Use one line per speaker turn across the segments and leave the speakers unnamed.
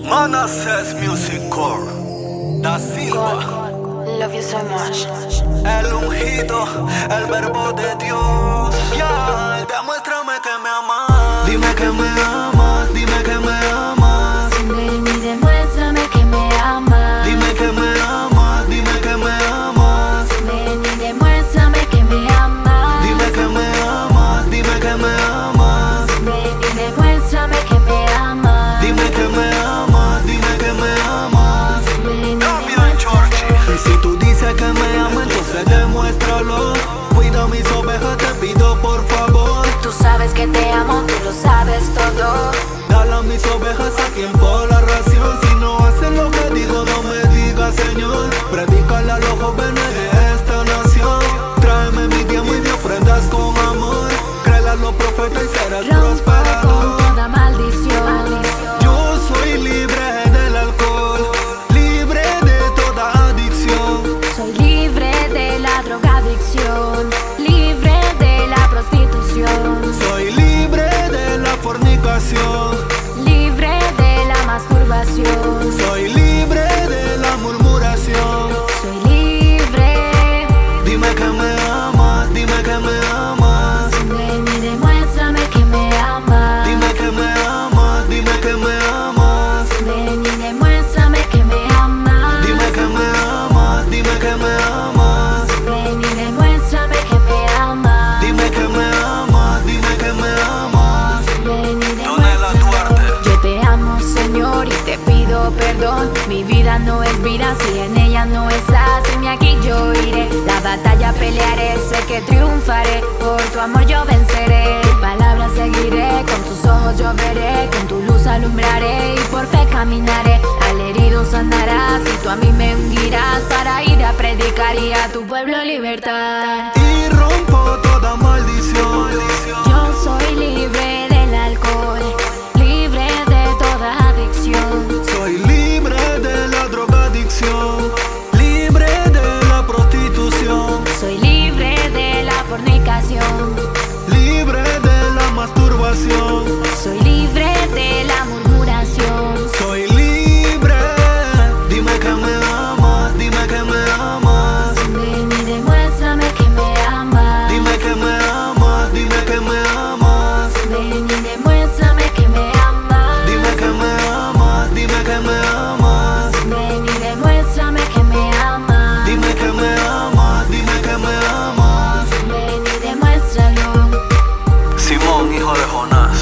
Manassas Music Core. Da Silva.
Love you so much.
El ungido, el verbo de Dios. Ya, demuéstrame que me amas. Dime que me amas, dime que me amas.
Baby, demuéstrame que me amas.
Dime que me amas, dime que me amas.
Baby, demuéstrame que me amas.
Dime que me amas, dime que me amas.
Baby, demuéstrame que me amas.
Dime que me amas, dime que me amas.
Baby,
Damian George. Y si tú dices que me amas, entonces demuéstralo. Cuida mis ovejas, te pido por favor.
Tú sabes que te amo, tú lo sabes todo.
Dale a mis ovejas a tiempo la ración. Si no hacen lo que digo, no me digas, Señor. Predícale a los jóvenes de esta nación. Tráeme mi diezmo y me ofrendas con amor. Créele a los profetas y serás
Rompa con
prosperado.
toda maldición.
Yo soy libre del alcohol, libre de toda adicción.
Soy libre de la drogadicción. Libre de la prostitución.
Soy libre de la fornicación.
Libre de la masturbación.
Soy libre de la murmuración.
Soy libre.
Dime que me amas, dime que me amas.
Baby, demuéstrame que me amas.
Dime que me amas, dime que me amas.
Baby, demuéstrame que me amas.
Dime que me amas, dime que me amas.
Baby, demuéstrame que me amas.
Dime que me amas, dime que me amas.
Baby,
Donela
demuéstrame.
Duarte.
Yo te amo, Señor, y te pido perdón. Mi vida no es vida si en ella no estás. Y aquí yo iré. La batalla pelearé, sé que triunfaré. Por tu amor yo venceré. Palabras seguiré, con tus ojos yo veré. Con tu luz alumbraré y por fe caminaré. Al herido sanarás y tú a mí me hundirás. Para ir a predicar y a tu pueblo libertar.
Y rompo toda maldición.
Yo soy libre del alcohol, libre de toda adicción,
Soy libre de la drogadicción, libre de la prostitución,
soy libre de la fornicación,
libre de la masturbación.
soy libre de la murmuración,
Soy libre. Dime que me amas, dime que me amas.
baby demuéstrame que me amas,
Dime que me amas, dime que me amas.
baby demuéstrame que me amas,
Dime que me amas, dime que me amas.
baby demuéstrame que me amas,
Dime que me amas, dime que me amas.
baby demuéstralo,
Simón, hijo de Jonás,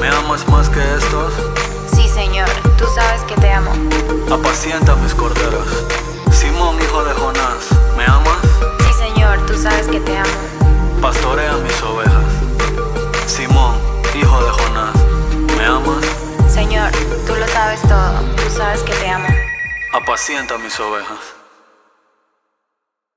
¿me amas más que estos?
sí señor, tú sabes que te amo,
Apacienta mis corderos. Simón, hijo de Jonás, ¿me amas?
sí señor, tú sabes que te amo.
Pastorea mis ovejas. Simón, hijo de Jonás, ¿me amas?
Señor, tú lo sabes todo, tú sabes que te amo.
Apacienta mis ovejas.